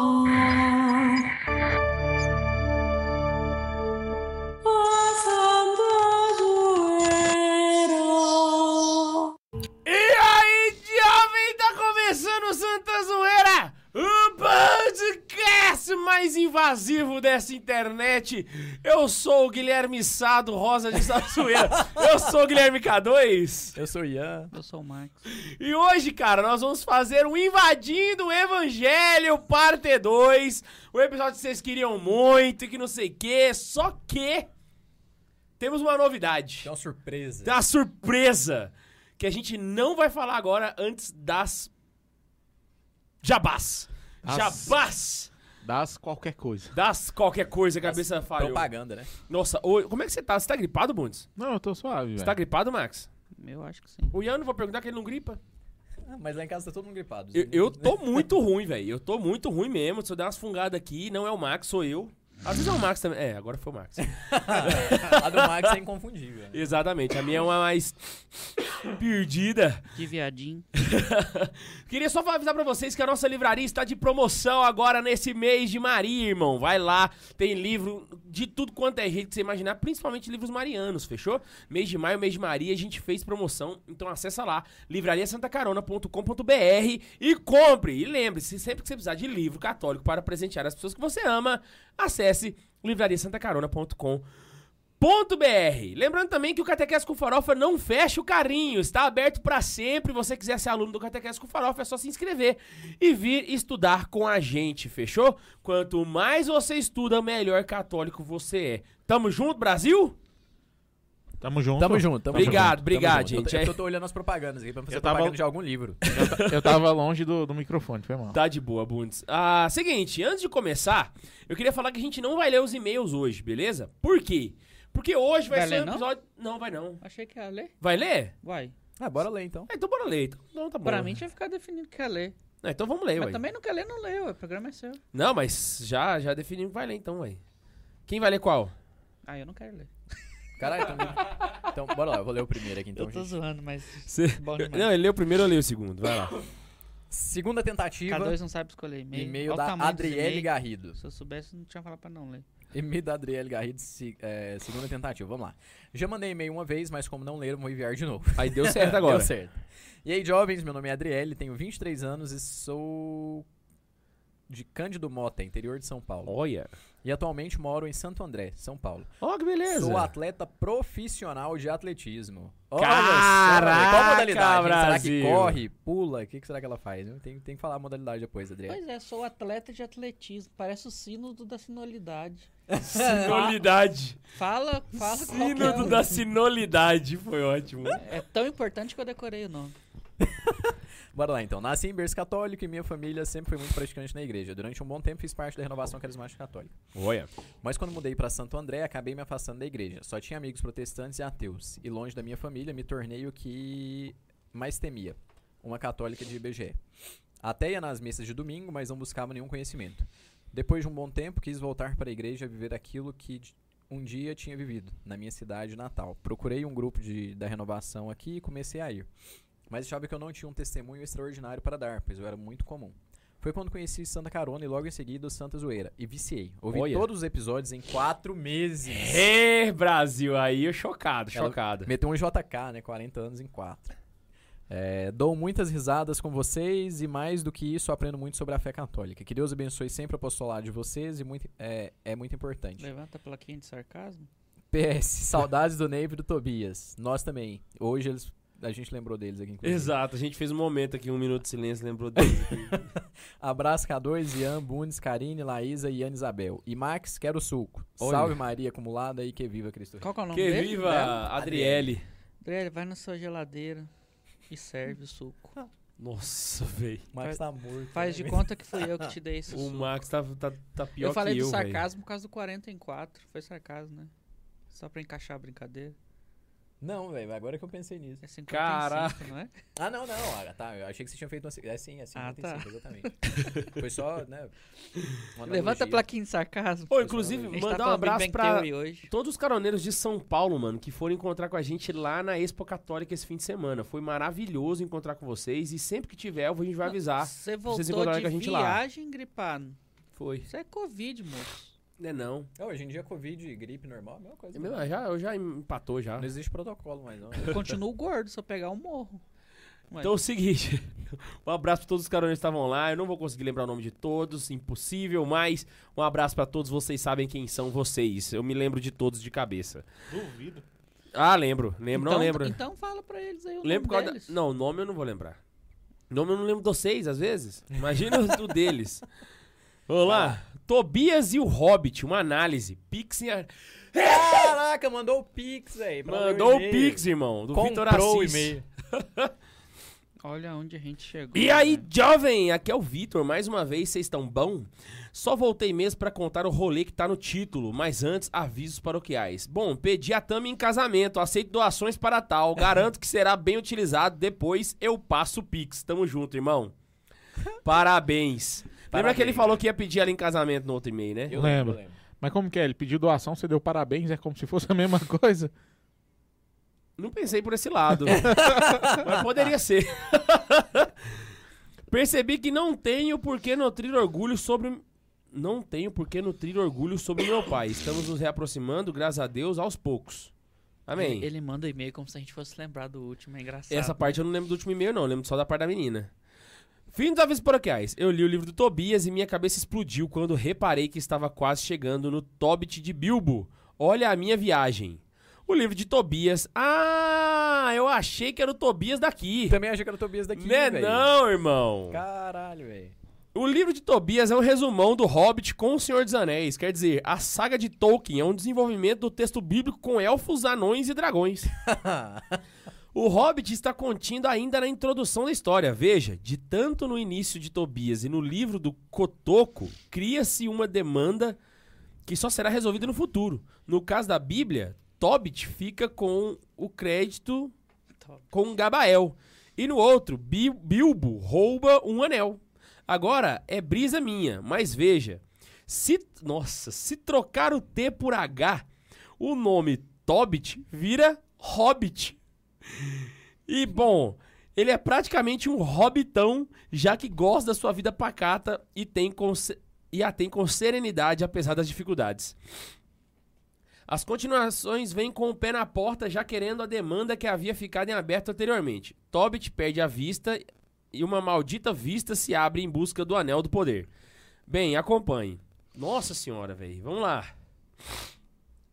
começar. A Santa E aí, jovem, tá começando o Santa Zoeira, o podcast mais invasivo dessa internet. Eu sou o Guilherme Sado Rosa de Santa Zoeira, eu sou o Guilherme K2. Eu sou o Ian. Eu sou o Max. E hoje, cara, nós vamos fazer um Invadindo o Evangelho, parte 2. O episódio que vocês queriam muito e que não sei o que, só que temos uma novidade. É uma surpresa. Tem uma surpresa que a gente não vai falar agora antes das jabás. As- Jabás Das qualquer coisa. das qualquer coisa, a cabeça falhou. Propaganda, né? Nossa, ô, como é que você tá? Você tá gripado, Bundes? Não, eu tô suave, Você velho. tá gripado, Max? Eu acho que sim. O Ian, não vou perguntar que ele não gripa. Ah, Mas lá em casa tá todo mundo gripado. Eu, eu tô muito ruim, velho. Eu tô muito ruim mesmo. Se eu der umas fungadas aqui, não é o Max, sou eu. Às vezes é o Max também. É, agora foi o Max. A do Max é inconfundível. né? Exatamente. A minha é uma mais perdida. De viadinho. Queria só avisar pra vocês que a nossa livraria está de promoção agora nesse mês de Maria, irmão. Vai lá, tem livro de tudo quanto é jeito que você imaginar, principalmente livros marianos, fechou? Mês de maio, mês de Maria, a gente fez promoção, então acessa lá, livrariasantacarona.com.br e compre. E lembre-se, sempre que você precisar de livro católico para presentear as pessoas que você ama, acesse livrariasantacarona.com.br www.catequese.com.br. Lembrando também que o Catequese com Farofa não fecha o carrinho, está aberto para sempre. Você quiser ser aluno do Catequese com Farofa, é só se inscrever e vir estudar com a gente, fechou? Quanto mais você estuda, melhor católico você é. Tamo junto, Brasil? tá- Tamo junto. Tamo junto, tamo Obrigado, junto. obrigado, Tamo junto. gente. É Eu tô, eu tô olhando as propagandas aqui pra fazer Eu tava- propaganda de algum livro. Eu tava longe do, do microfone, foi mal. Tá de boa, Bundes. Ah, seguinte, antes de começar, eu queria falar que a gente não vai ler os e-mails hoje, beleza? Por quê? Porque hoje vai, Vai ser ler, um não? episódio. Não? vai não. Achei que ia ler. Vai ler? Vai. Ah, bora ler então. Ah, então bora ler. Então, não, tá bom. Pra mim tinha ficado definido que ia ler. Ah, então vamos ler, Mas ué. também não quer ler, não leu. O programa é seu. Não, mas já, já definimos que vai ler então, ué. Quem vai ler qual? Ah, eu não quero ler. Caralho, então... então bora lá, eu vou ler o primeiro aqui então, eu tô gente. zoando, mas. é Cê- Bom Eu- demais. Não, ele leu o primeiro, eu leio o segundo. Vai lá. Segunda tentativa, K2 não sabe escolher e-mail. e-mail Olha o da tamanho dos Adriele e-mail. Garrido. Se eu soubesse, não tinha falado pra não ler. E-mail da Adriele Garrido, se- é, segunda tentativa, vamos lá. Já mandei e-mail uma vez, mas como não leram, vou enviar de novo. Aí deu certo agora. Deu certo. E aí, jovens, meu nome é Adriele, tenho 23 anos e sou de Cândido Mota, interior de São Paulo. Olha. E atualmente moro em Santo André, São Paulo. Ó, que beleza. Sou atleta profissional de atletismo. Olha só, Caraca, qual modalidade? hein? Será Brasil. que corre, pula? O que, que será que ela faz? Eu tenho- Tem que falar a modalidade depois, Adriele. Pois é, sou atleta de atletismo. Parece o sínodo da sinolidade. Sinolidade. Fala, fala Sínodo qual é da sinolidade. Foi ótimo. que é. É tão importante que eu decorei o nome. Bora lá então. Nasci em berço católico e minha família sempre foi muito praticante na igreja. Durante um bom tempo fiz parte da renovação carismática católica. Olha. Mas quando mudei para Santo André, acabei me afastando da igreja. Só tinha amigos protestantes e ateus. E longe da minha família, me tornei o que mais temia: uma católica de IBGE. Até ia nas missas de domingo, mas não buscava nenhum conhecimento. Depois de um bom tempo, quis voltar para a igreja e viver aquilo que d- um dia tinha vivido, na minha cidade natal. Procurei um grupo de, da renovação aqui e comecei a ir. Mas achava que eu não tinha um testemunho extraordinário para dar, pois eu era muito comum. Foi quando conheci Santa Carona e logo em seguida o Santa Zoeira. E viciei. Ouvi Olha. todos os episódios em quatro meses. Ê, Brasil. Aí eu chocado, Ela chocado. Meteu um JK, né? 40 anos em 4. dou muitas risadas com vocês e mais do que isso aprendo muito sobre a fé católica. Que Deus abençoe sempre o apostolado de vocês e muito, é, é muito importante. Levanta a plaquinha de sarcasmo. PS, saudades do Neve e do Tobias. Nós também. Hoje eles, a gente lembrou deles aqui, inclusive. Exato, a gente fez um momento aqui, um minuto de silêncio, lembrou dele. Abraço K2, Ian, Bundes, Karine, Laísa e Ana Isabel. E Max, quero suco. Olha. Salve Maria acumulada e que viva Cristo. Rei. Qual que é o nome que dele? viva, Adriele. Adriele, vai na sua geladeira e serve o suco. Nossa, velho. O Max tá morto. Faz né? de conta que fui eu que te dei esse O suco. Max tá, tá, tá pior eu falei que do eu, sarcasmo por causa do 44. Foi sarcasmo, né? Só pra encaixar a brincadeira. Não, velho, agora que eu pensei nisso. É 55, Caraca. não é? Ah, não, não. Ah, tá. Eu achei que vocês tinham feito uma. É sim, é Ah, 55, tá. exatamente. Foi só, né? uma Levanta analogia. a plaquinha de sarcasmo. Ô, inclusive, A gente mandar tá um falando Big abraço Bang pra Theory hoje. todos os caroneiros de São Paulo, mano, que foram encontrar com a gente lá na Expo Católica esse fim de semana. Foi maravilhoso encontrar com vocês e sempre que tiver, a gente vai avisar. Você vocês voltou encontrarem de com a gente lá. viagem gripado. Foi. Isso é Covid, moço. Não é não. Ah, hoje em dia, Covid e gripe normal é a mesma coisa. É mesmo, Já, já empatou já. Não existe protocolo mais, não. Eu continuo gordo, se eu pegar um morro. Ué. Então é o seguinte, um abraço pra todos os caroneiros que estavam lá. Eu não vou conseguir lembrar o nome de todos, impossível, mas um abraço pra todos, vocês sabem quem são vocês. Eu me lembro de todos de cabeça. Duvido. Ah, lembro, lembro, então, não lembro. Então fala pra eles aí o lembro por nome causa deles. da- Não, o nome eu não vou lembrar. O nome eu não lembro de vocês, às vezes. Imagina o do deles. Vamos lá. Tobias e o Hobbit, uma análise. Pix em... a- Caraca, mandou o Pix, velho. pra ler Mandou o um e-mail. Pix, irmão, do Vitor Comprou o Assis. e-mail. Olha onde a gente chegou. E aí, né? jovem, aqui é o Vitor, mais uma vez, vocês estão bom? Só voltei mesmo pra contar o rolê que tá no título, mas antes, avisos paroquiais. Bom, pedi a Tami em casamento, aceito doações para tal, garanto que será bem utilizado, depois eu passo o Pix. Tamo junto, irmão. Parabéns. Lembra Parabéns, que ele falou que ia pedir ela em casamento no outro e-mail, né? Eu Lembro. lembro, lembro. Mas como que é? Ele pediu doação, você deu parabéns, é como se fosse a mesma coisa? Não pensei por esse lado. mas poderia ser. Percebi que não tenho por que nutrir orgulho sobre. Não tenho por que nutrir orgulho sobre meu pai. Estamos nos reaproximando, graças a Deus, aos poucos. Amém. Ele, ele manda um e-mail como se a gente fosse lembrar do último, é engraçado. Essa parte eu não lembro do último e-mail, não. Eu lembro só da parte da menina. Fim dos avisos paroquiais. Eu li o livro do Tobias e minha cabeça explodiu quando reparei que estava quase chegando no Tobbit de Bilbo. Olha a minha viagem. O livro de Tobias. Ah, eu achei que era o Tobias daqui. Também achei que era o Tobias daqui, Né velho. não, irmão? Caralho, velho. O livro de Tobias é um resumão do Hobbit com o Senhor dos Anéis. Quer dizer, a saga de Tolkien é um desenvolvimento do texto bíblico com elfos, anões e dragões. O Hobbit está contido ainda na introdução da história. Veja, de tanto no início de Tobias e no livro do Cotoco, cria-se uma demanda que só será resolvida no futuro. No caso da Bíblia, Tobit fica com o crédito Top. com Gabael. E no outro, Bi- Bilbo rouba um anel. Agora, é brisa minha, mas veja. Se, nossa, se trocar o T por H, o nome Tobit vira Hobbit. E bom, ele é praticamente um hobbitão, já que gosta da sua vida pacata e, tem com se- e a tem com serenidade apesar das dificuldades. As continuações vêm com o pé na porta, já querendo a demanda que havia ficado em aberto anteriormente. Tobit perde a vista e uma maldita vista se abre em busca do Anel do Poder. Bem, acompanhe. Nossa senhora, velho. Vamos lá.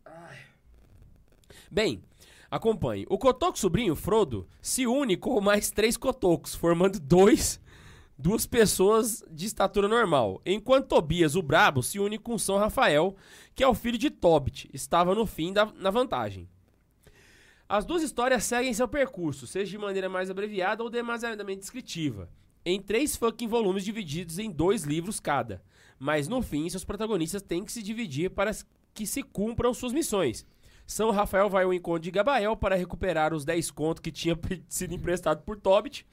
Ai. Bem, acompanhe. O Cotoco sobrinho, Frodo, se une com mais três Cotocos, formando dois... Duas pessoas de estatura normal. Enquanto Tobias, o Brabo, se une com São Rafael, que é o filho de Tobit, estava no fim da, na vantagem. As duas histórias seguem seu percurso, seja de maneira mais abreviada ou demasiadamente descritiva, em três fucking volumes divididos em dois livros cada. Mas no fim, seus protagonistas têm que se dividir para s- que se cumpram suas missões. São Rafael vai ao encontro de Gabael para recuperar os 10 contos que tinha pe- sido emprestado por Tobit,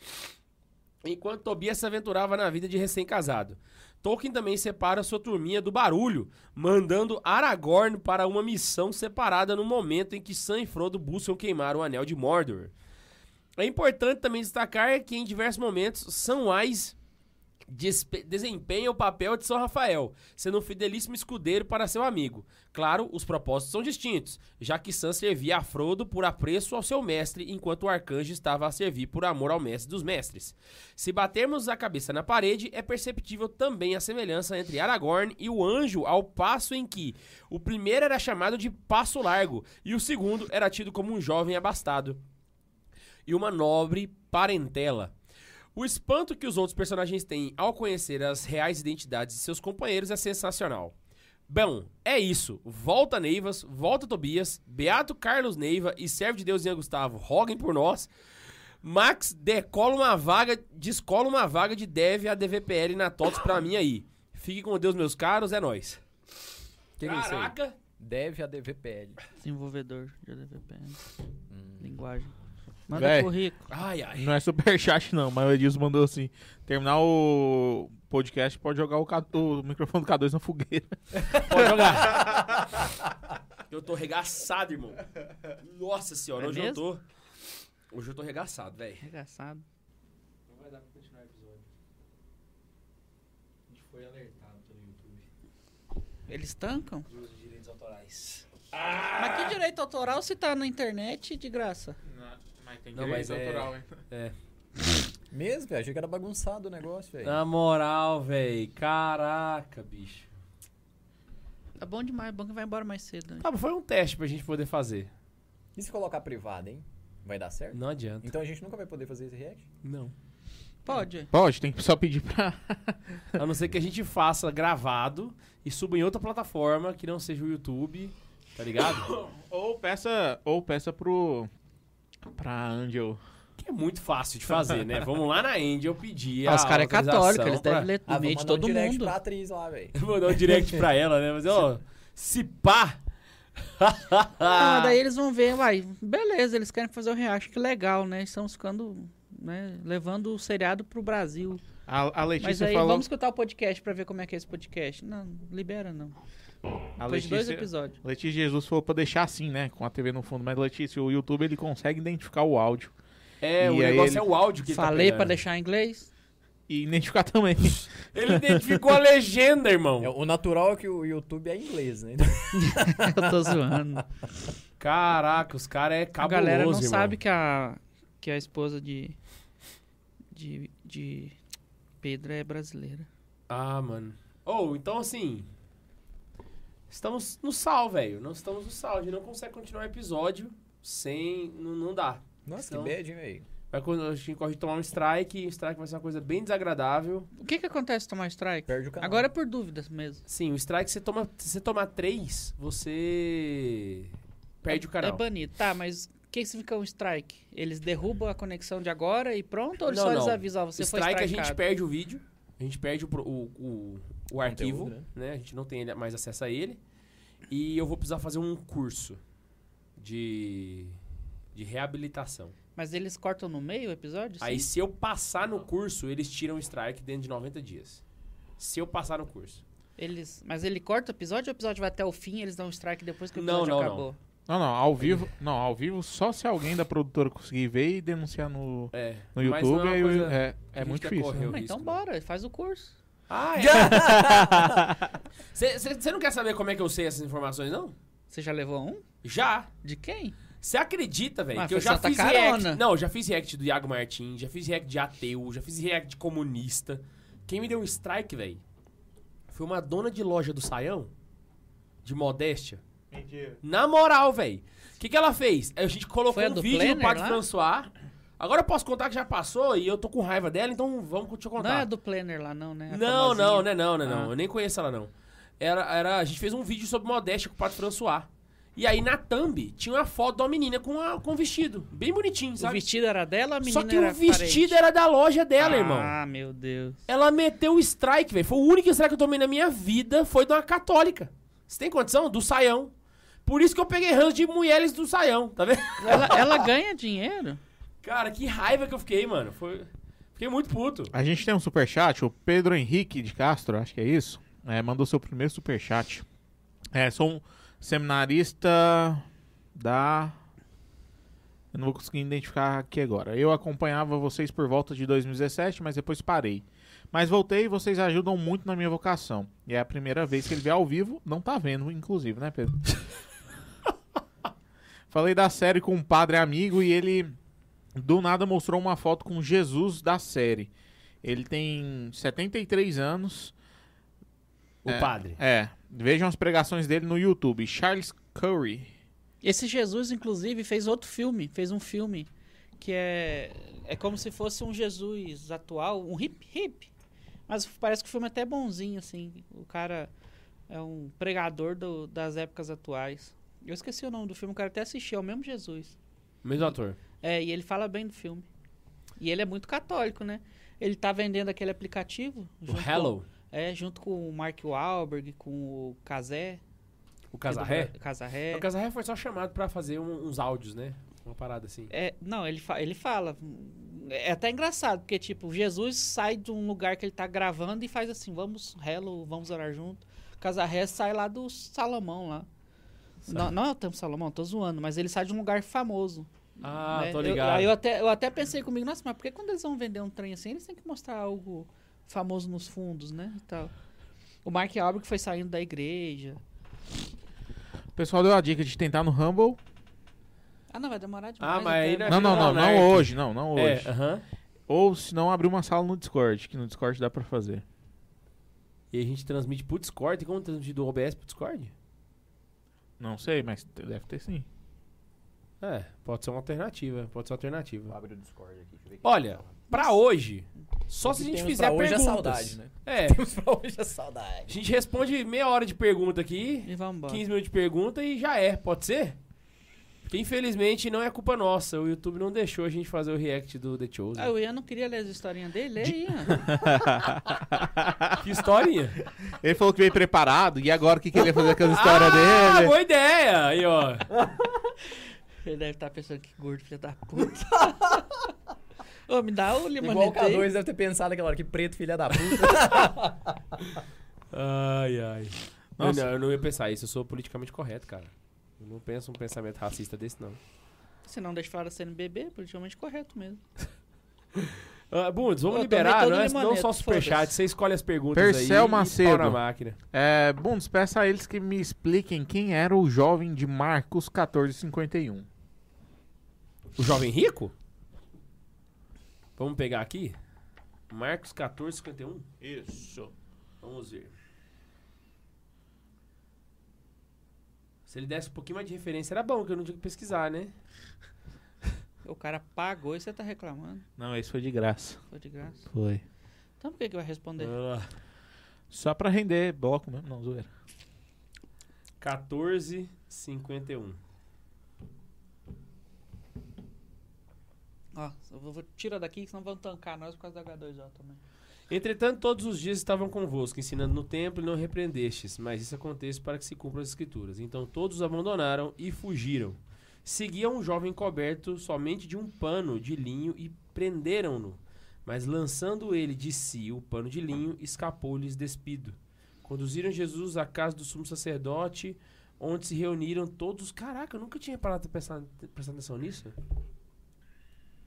enquanto Tobias se aventurava na vida de recém-casado. Tolkien também separa sua turminha do barulho, mandando Aragorn para uma missão separada no momento em que Sam e Frodo buscam queimar o Anel de Mordor. É importante também destacar que em diversos momentos Samwise despe- desempenha o papel de São Rafael, sendo um fidelíssimo escudeiro para seu amigo. Claro, os propósitos são distintos, já que Sam servia a Frodo por apreço ao seu mestre, enquanto o arcanjo estava a servir por amor ao mestre dos mestres. Se batermos a cabeça na parede, é perceptível também a semelhança entre Aragorn e o anjo, ao passo em que o primeiro era chamado de Passo Largo e o segundo era tido como um jovem abastado e uma nobre parentela. O espanto que os outros personagens têm ao conhecer as reais identidades de seus companheiros é sensacional. Bom, é isso. Volta Neivas, volta Tobias, Beato Carlos Neiva e servo de Deus Ian Gustavo, roguem por nós. Max decola uma vaga, descola uma vaga de dev a DVPL na TOTS pra mim aí. Fique com Deus, meus caros, é nóis. Que que é isso aí? Caraca, Deve a DVPL. Desenvolvedor de ADVPN. Hum. Linguagem. Manda Manda Véi. currículo. Ai, ai. Não é superchat, não, mas o Edilson mandou assim: terminar o podcast, pode jogar o, K- o microfone do K2 na fogueira. Pode jogar. eu tô regaçado, irmão. Nossa senhora, É hoje mesmo? eu tô. Hoje eu tô regaçado, velho. Engraçado. Não vai dar pra continuar o episódio. A gente foi alertado pelo YouTube Eles tancam? de uso de direitos autorais. Mas que direito autoral se tá na internet de graça? Mas tem Não, mas direito é- autoral, hein? Mesmo, velho? Achei que era bagunçado o negócio, velho. Na moral, velho. Caraca, bicho. Tá bom demais, bom que vai embora mais cedo. né? Ah, mas foi um teste pra gente poder fazer. E se colocar privada, hein? Vai dar certo? Não adianta. Então a gente nunca vai poder fazer esse react? Não. Pode. ué. Pode, tem que só pedir pra. A não ser que a gente faça gravado e suba em outra plataforma que não seja o YouTube, tá ligado? Ou peça, ou peça pro. Pra Angel. que é muito fácil de fazer, né? Vamos lá na Angel pedir. Ah, os a caras é católico, autorização eles pra... devem ler no Ah, vou meio de mandar um todo direct mundo. pra atriz lá, velho. Mandar um direct pra ela, né? Mas, ó, se pá. Ah, daí eles vão ver, uai, beleza, eles querem fazer o react, que legal, né? Estamos ficando, né, levando o seriado pro Brasil. A, a Mas Letícia aí falou. vamos escutar o podcast pra ver como é que é esse podcast. Não, libera não. a Depois de dois Letícia, episódios. Letícia Jesus falou pra deixar assim, né? Com a TV no fundo. Mas, Letícia, o YouTube ele consegue identificar o áudio. É, E o aí negócio ele- é o áudio que ele Falei tá pra pegando. deixar em inglês? E identificar também. Ele identificou a legenda, irmão. É, O natural é que o YouTube é inglês, né? Eu tô zoando. Caraca, os caras é a cabuloso, galera não irmão. sabe que a, que a esposa de, de, de Pedro é brasileira. Ah, mano. Ou, então assim. Estamos no sal, velho. Não estamos no sal. A gente não consegue continuar o episódio sem. Não, não dá. Nossa, Então- que bad, hein, velho? Vai, quando a gente corre tomar um strike. E o strike vai ser uma coisa bem desagradável. O que que acontece tomar strike? Perde o canal. Agora é por dúvidas mesmo. Sim, o strike, você toma, se você tomar três, você. Perde o É canal. banido. Tá, mas o que significa um strike? Eles derrubam a conexão de agora e pronto? Ou eles Não, só eles não. avisam, ó, você strike, foi a strikeado? gente perde o vídeo. A gente perde o, pro- o, o, o arquivo. né? né? A gente não tem mais acesso a ele. E eu vou precisar fazer um curso de. de reabilitação. Mas eles cortam no meio o episódio? Aí sim? se eu passar no curso, eles tiram o strike dentro de 90 dias. Se eu passar no curso. Eles, mas ele corta o episódio ou o episódio vai até o fim e eles dão um strike depois que o Não, episódio não, não. acabou? Não, não, ao vivo. Não, ao vivo só se alguém da produtora conseguir ver e denunciar no, É. no mas não YouTube. uma aí o- coisa- a é, é, gente muito quer difícil. correr né? o Mas então risco, né? bora, faz o curso. Ah, é. Você não quer saber como é que eu sei essas informações, não? Você já levou um? Já. De quem? Você acredita, velho, Mas que eu foi já Santa fiz Carona. react. Não, eu já fiz react do Iago Martins, já fiz react de ateu, já fiz react de comunista. Quem me deu um strike, velho? Foi uma dona de loja do Saião, de modéstia. Na moral, velho. O que, que ela fez? A gente colocou Foi a um do vídeo Planner do Padre lá? François. Agora eu posso contar que já passou e eu tô com raiva dela, então vamos te Não é contar. a do planner lá, não, né? A não, famosinha. não, não, é não, não, é não. Ah. Eu nem conheço ela, não. Era, era, a gente fez um vídeo sobre modéstia com o Padre François. E aí na thumb tinha uma foto de uma menina com, a, com um vestido. Bem bonitinho, O sabe? vestido era dela, a menina Só que era o vestido parente? era da loja dela, irmão. Ah, meu Deus. Ela meteu o strike, velho. Foi o único strike que eu tomei na minha vida foi de uma católica. Você tem condição? Do saião. Por isso que eu peguei ranço de mulheres do saião, tá vendo? Ela, ela ganha dinheiro? Cara, que raiva que eu fiquei, mano. Foi... Fiquei muito puto. A gente tem um superchat, o Pedro Henrique de Castro, acho que é isso. é, mandou seu primeiro superchat. É, sou um seminarista da. Eu não vou conseguir identificar aqui agora. Eu acompanhava vocês por volta de 2017, mas depois parei. Mas voltei e vocês ajudam muito na minha vocação. E é a primeira vez que ele vê ao vivo, não tá vendo, inclusive, né, Pedro? Falei da série com um padre amigo e ele do nada mostrou uma foto com Jesus da série. Ele tem 73 anos. O padre. É, vejam as pregações dele no YouTube. Charles Curry. Esse Jesus, inclusive, fez outro filme. Fez um filme que é. É como se fosse um Jesus atual, um hip hip. Mas parece que o filme é até bonzinho, assim. O cara é um pregador do- das épocas atuais. Eu esqueci o nome do filme, o cara até assistiu, é o mesmo Jesus. Mesmo ator. É, e ele fala bem do filme. E ele é muito católico, né? Ele tá vendendo aquele aplicativo. O junto com- Hello. É, junto com o Mark Wahlberg, com o Kazé. O Casarré? Casarré. O Casarré foi só chamado pra fazer um- uns áudios, né? Uma parada assim. É, não, ele, fa ele fala. É até engraçado, porque, tipo, Jesus sai de um lugar que ele tá gravando e faz assim: vamos, hello, vamos orar junto. Casarré sai lá do Salomão lá. Não, não é o tempo Salomão, tô zoando, mas ele sai de um lugar famoso. Ah, né? tô Eu- ligado. aí eu, até, eu até pensei comigo, nossa, mas por que quando eles vão vender um trem assim, eles têm que mostrar algo famoso nos fundos, né? E tal. O Mark Albrecht foi saindo da igreja. O pessoal deu a dica de tentar no Humble. Ah, não, vai demorar demais. Ah, mas aí até- não é Não, não, não, não, né? hoje, não, não É, hoje. aham. Ou se não, abrir uma sala no Discord, que no Discord dá pra fazer. E a gente transmite pro Discord. Tem como transmitir do OBS pro Discord? Não sei, mas te- deve ter sim. É, pode ser uma alternativa. Pode ser uma alternativa. Abre o Discord aqui, deixa eu ver aqui. Olha, pra hoje, só se a gente Temos fizer pra hoje perguntas. a saudade, né? É, Temos pra hoje a saudade. a gente responde meia hora de pergunta aqui, E vamos embora. 15 minutos de pergunta e já é. Pode ser? Porque infelizmente não é culpa nossa. O YouTube não deixou a gente fazer o react do The Chosen. Ah, o Ian não queria ler as historinhas dele? Lê, Ian. Que historinha. Ele falou que veio preparado, e agora o que, que ele ia fazer com as histórias ah, É dele? boa ideia! Aí, ó. Ele deve estar pensando que gordo, filho da puta. Ô, me dá o Igual o limonete aí. K2 deve ter pensado naquela hora, que preto, filha da puta. Ai, ai. Não, Nossa. não, eu não ia pensar isso. Eu sou politicamente correto, cara. Eu não penso um pensamento racista desse, não. Se não deixa falar da CNBB, politicamente correto mesmo. Ah, Bundes, vamos Eu liberar, tomei todo não, é, limoneta, não só superchat. foda-se. Você escolhe as perguntas Percel aí e Macedo. pau na máquina. É, bom, peço a eles que me expliquem quem era o jovem de Marcos 1451. O Jovem Rico? Vamos pegar aqui? Marcos 1451? Isso. Vamos ver. Se ele desse um pouquinho mais de referência, era bom, que eu não tinha que pesquisar, né? O cara pagou e você tá reclamando. Não, esse foi de graça. Foi de graça. Foi. Então por que, que vai responder? Ah, Só pra render bloco mesmo, não, zoeira. 1451. Ah. Ó, eu vou, vou tira daqui, senão vão tancar nós por causa da H2O também. Entretanto, todos os dias estavam convosco, ensinando no templo e não repreendestes, mas isso acontece para que se cumpram as escrituras. Então todos os abandonaram e fugiram. Seguiam um jovem coberto somente de um pano de linho e prenderam-no. Mas lançando ele de si o pano de linho, escapou-lhes despido. Conduziram Jesus à casa do sumo sacerdote, onde se reuniram todos. Caraca, eu nunca tinha parado pra prestar, prestar atenção nisso.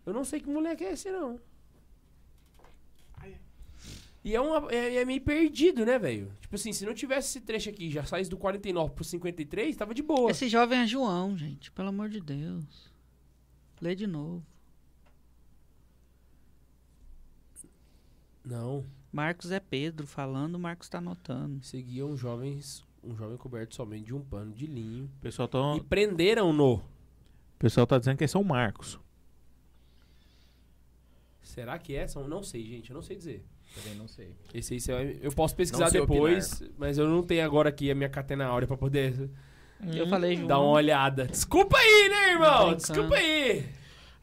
Eu não sei que moleque é esse, não. E é, uma, é, é meio perdido, né, velho? Tipo assim, se não tivesse esse trecho aqui, já saísse do 49 pro 53, tava de boa. Esse jovem é João, gente. Pelo amor de Deus. Lê de novo. Não. Marcos é Pedro falando, o Marcos tá anotando. Seguiam jovens, um jovem coberto somente de um pano de linho. O pessoal, tão, E prenderam-no. o pessoal tá dizendo que é São Marcos. Será que é? São, não sei, gente, eu não sei dizer. Também não sei. Esse aí você vai- eu posso pesquisar Não sei depois, mas eu não tenho agora aqui a minha catena áurea pra poder Eu Hum. falei João. dar uma olhada. Desculpa aí, né, irmão? Não tem Desculpa tanto. aí.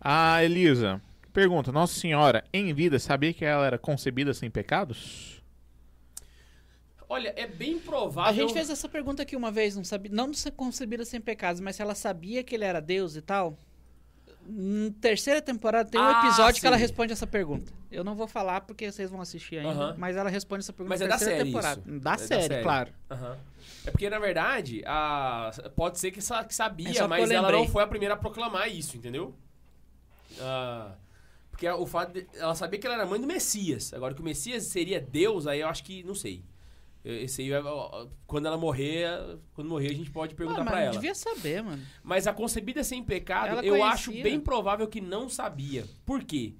A Elisa pergunta: Nossa Senhora, em vida, sabia que ela era concebida sem pecados? Olha, é bem provável. A gente fez essa pergunta aqui uma vez, não sabia, não se concebida sem pecados, mas se ela sabia que ele era Deus e tal. Na terceira temporada tem um Ah, episódio sim. que ela responde essa pergunta. Eu não vou falar porque vocês vão assistir ainda, Aham. mas ela responde essa pergunta Mas na é da terceira série temporada. isso. Da, É da série, série. claro. Aham. É porque, na verdade, a... pode ser que, sa- que É sabia, só que mas eu ela lembrei. não foi a primeira a proclamar isso, entendeu? Ah, porque o fato de... Ela sabia que ela era mãe do Messias. Agora, que o Messias seria Deus, aí eu acho que... Não sei. Esse aí, é- quando ela morrer, quando morrer, a gente pode perguntar Ah, mas pra ela. devia saber, mano. Mas a concebida sem pecado, Ela eu conhecia. acho bem provável que não sabia. Por quê?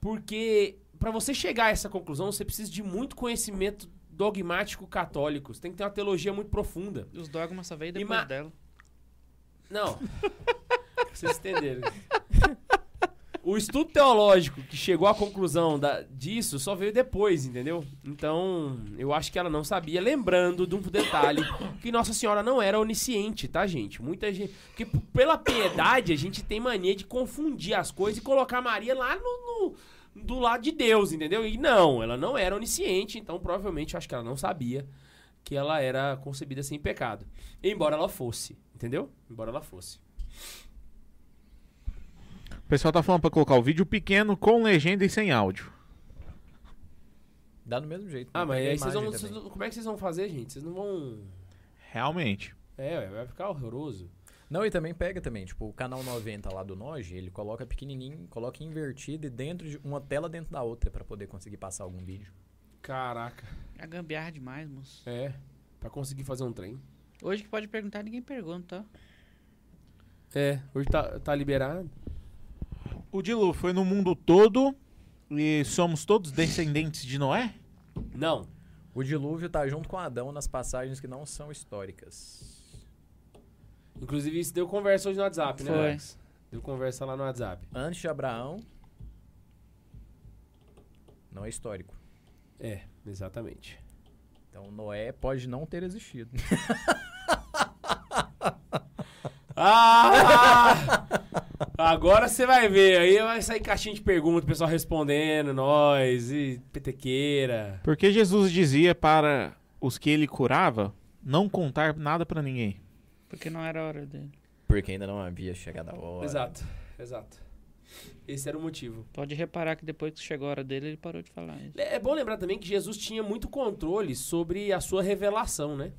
Porque pra você chegar a essa conclusão, você precisa de muito conhecimento dogmático católico. Você tem que ter uma teologia muito profunda. Os dogmas só veio depois ma- dela. Não. Vocês entenderam. O estudo teológico que chegou à conclusão da- disso só veio depois, entendeu? Então, eu acho que ela não sabia. Lembrando de um detalhe: que Nossa Senhora não era onisciente, tá, gente? Muita gente. Porque p- pela piedade, a gente tem mania de confundir as coisas e colocar Maria lá no. no- do lado de Deus, entendeu? E não, ela não era onisciente, então provavelmente eu acho que ela não sabia que ela era concebida sem pecado. Embora ela fosse, entendeu? Embora ela fosse. O pessoal tá falando pra colocar o vídeo pequeno com legenda e sem áudio. Dá do mesmo jeito. né? Ah, mas pega a aí vocês vão, imagem vocês também. não- como é que vocês vão fazer, gente? Vocês não vão... Realmente. É, ué, vai ficar horroroso. Não, e também pega também, tipo, o canal 90 lá do Noj, ele coloca pequenininho, coloca invertido e dentro de uma tela dentro da outra pra poder conseguir passar algum vídeo. Caraca. É gambiarra demais, moço. É, pra conseguir fazer um trem. Hoje que pode perguntar, ninguém pergunta, tá? ó. É, hoje tá, tá liberado. O Dilu foi no mundo todo e somos todos descendentes de Noé? Não, O dilúvio tá junto com Adão nas passagens que não são históricas. Inclusive, isso deu conversa hoje no WhatsApp, né, Foi. Alex? Deu conversa lá no WhatsApp. Antes de Abraão. Não é histórico. É, exatamente. Então Noé pode não ter existido. Ah! Agora você vai ver. Aí vai sair caixinha de perguntas, o pessoal respondendo, nós, e petequeira. Porque Jesus dizia para os que ele curava não contar nada pra ninguém. Porque não era a hora dele. Porque ainda não havia chegado a hora. Exato, exato. Esse era o motivo. Pode reparar que depois que chegou a hora dele, ele parou de falar isso. É bom lembrar também que Jesus tinha muito controle sobre a sua revelação, né?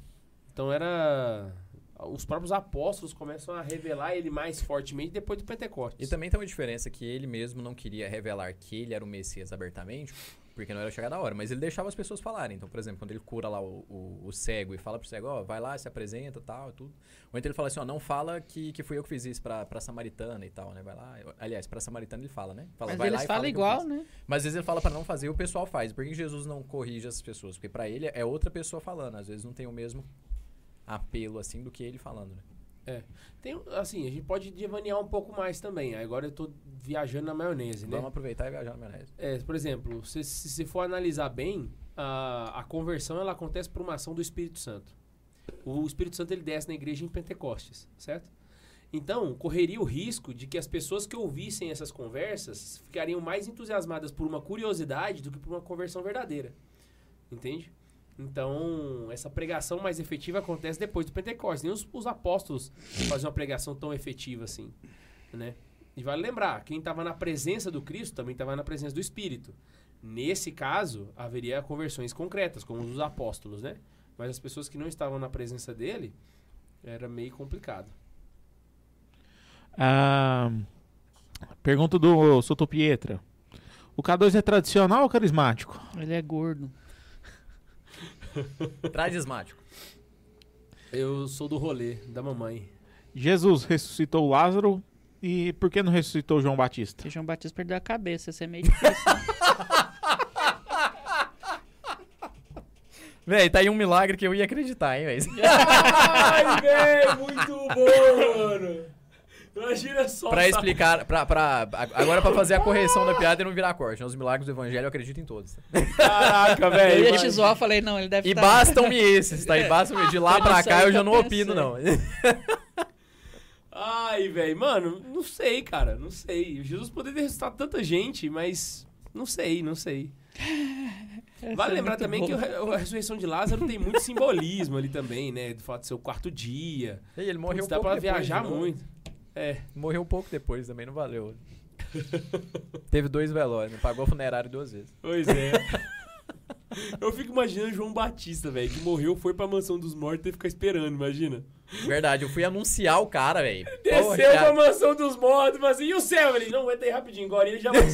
Então era. Os próprios apóstolos começam a revelar ele mais fortemente depois do Pentecostes. E também tem uma diferença que ele mesmo não queria revelar que ele era o Messias abertamente, porque não era chegada a hora, mas ele deixava as pessoas falarem. Então, por exemplo, quando ele cura lá o, o- o cego e fala pro cego, ó, vai lá, se apresenta tal, e tudo. Ou então ele fala assim, ó, não fala que, que fui eu que fiz isso pra, pra Samaritana e tal, né? Vai lá. Aliás, pra Samaritana ele fala, né? Fala, Mas vai eles lá e falam fala que eu igual, fiz. né? Mas às vezes ele fala pra não fazer e o pessoal faz. Por que Jesus não corrige essas pessoas? Porque pra ele é outra pessoa falando. Às vezes não tem o mesmo apelo assim do que ele falando, né? Tem, assim, a gente pode devanear um pouco mais também. Agora eu tô viajando na maionese, né? Vamos aproveitar e viajar na maionese. É, por exemplo, se, se, se for analisar bem, a, a conversão ela acontece por uma ação do Espírito Santo. O Espírito Santo ele desce na igreja em Pentecostes, certo? Então, correria o risco de que as pessoas que ouvissem essas conversas ficariam mais entusiasmadas por uma curiosidade do que por uma conversão verdadeira. Entende? Então, essa pregação mais efetiva acontece depois do Pentecostes. Nem os, os apóstolos fazem uma pregação tão efetiva assim, né? E vale lembrar, quem estava na presença do Cristo também estava na presença do Espírito. Nesse caso, haveria conversões concretas, como os dos apóstolos, né? Mas as pessoas que não estavam na presença dele, era meio complicado. Ah, pergunta do Sotopietra. O K2 é tradicional ou carismático? Ele é gordo. Tradismático. Eu sou do rolê, da mamãe. Jesus ressuscitou Lázaro e por que não ressuscitou João Batista? Porque João Batista perdeu a cabeça, isso é meio difícil. Véi, tá aí um milagre que eu ia acreditar, hein, véi? Ai, velho, muito bom, mano! Imagina só. Pra explicar, pra, pra, agora pra fazer a correção da piada e não virar corte. né? Os milagres do evangelho eu acredito em todos. tá? Caraca, velho. eu ia te zoar, eu falei, não, ele deve É, E tá- bastam-me esses, tá? É. E bastam-me. De lá pra Tradição cá eu eu já não já opino, não. Ai, velho, mano, não sei, cara, não sei. Jesus poderia ressuscitar tanta gente, mas não sei, não sei. Essa Vale é lembrar muito também que boa. o- a ressurreição de Lázaro tem muito simbolismo ali também, né? Do fato de ser o quarto dia. E ele morreu Putz, dá pouco pra depois, né? viajar de novo. muito. É, Morreu pouco depois também, não valeu. Teve dois velórios, né? pagou funerário duas vezes. pois é. Eu fico imaginando João Batista, velho, que morreu, foi pra mansão dos mortos e teve que ficar esperando, imagina. Verdade, eu fui anunciar o cara, velho. Desceu Porra, pra cara. mansão dos mortos, mas assim, e o céu? Ele, não, aguenta aí rapidinho, agora ele já vai.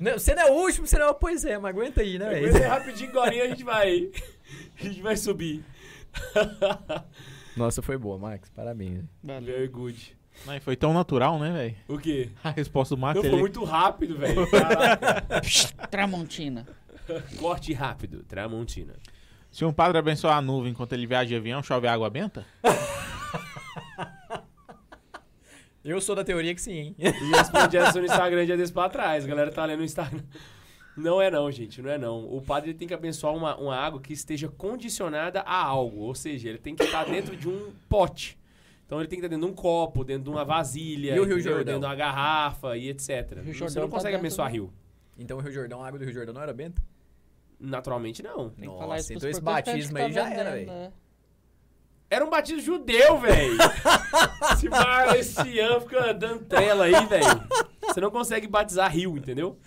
Não, Você não é o último, você não é o... Pois é, mas aguenta aí, né, Aguenta aí velho? rapidinho, agora a gente vai. A gente vai subir. Nossa, foi boa, Max. Parabéns. Valeu. Very good. Mas foi tão natural, né, velho? O quê? A resposta do Max Não, Ah, ele- foi muito rápido, velho. Caraca. Tramontina. Corte rápido, Tramontina. Se um padre abençoar a nuvem enquanto ele viaja de avião, chove água benta? Eu sou da teoria que sim, hein? E respondi essa no Instagram dia desse pra trás. A galera tá lendo no Instagram. Não é não, gente, não é não. O padre tem que abençoar uma, uma água que esteja condicionada a algo. Ou seja, ele tem que estar dentro de um pote. Então ele tem que estar dentro de um copo, dentro de uma vasilha, E o Rio entendeu? Jordão? dentro de uma garrafa e etc. Rio Você Jordão não tá consegue dentro abençoar do- rio. Então o Rio Jordão, a água do Rio Jordão não era benta? Naturalmente não. Tem que Nossa, falar isso e pros dois porteiros que a gente batismos aí já era, vendendo, velho. né? Era um batido judeu, velho. Esse marciano fica dando trela aí, velho. Você não consegue batizar rio, entendeu?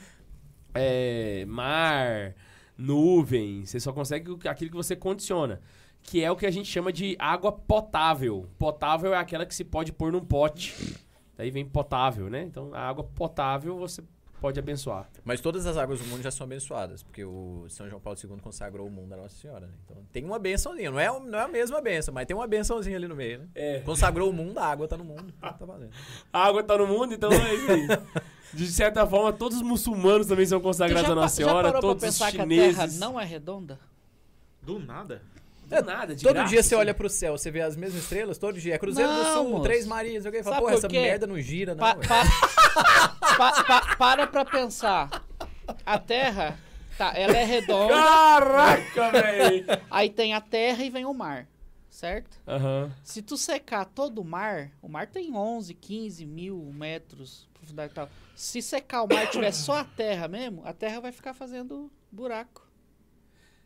É, mar, nuvem. Você só consegue o- aquilo que você condiciona. Que é o que a gente chama de água potável. Potável é aquela que se pode pôr num pote. Daí vem potável, né? Então, a água potável você pode abençoar. Mas todas as águas do mundo já são abençoadas, porque o São João Paulo II consagrou o mundo à Nossa Senhora, né? Então tem uma bençãozinha, não é, não é a mesma benção, mas tem uma bençãozinha ali no meio, né? É. Consagrou o mundo, a água tá no mundo, tá valendo. A água tá no mundo, então é isso aí. De certa forma, todos os muçulmanos também são Tu consagrados já à pa- Nossa Tá Senhora, já parou todos pra os pensar chineses. que a Terra não é redonda? Do nada? Do nada, de Todo graça, dia você assim. olha pro céu, você vê as mesmas estrelas, todo dia. É Cruzeiro Não, do Sul, moço. Três Marias, alguém fala, Sabe pô, por essa quê? merda não gira, não. é. Pa- velho." pa- pa- pa- para pra pensar. A Terra, tá, ela é redonda, Caraca, velho! aí tem a Terra e vem o mar, certo? Aham. Se tu secar todo o mar, o mar tem 11, 15 mil metros de profundidade e tal. Se secar o mar e tiver só a terra mesmo, a terra vai ficar fazendo buraco.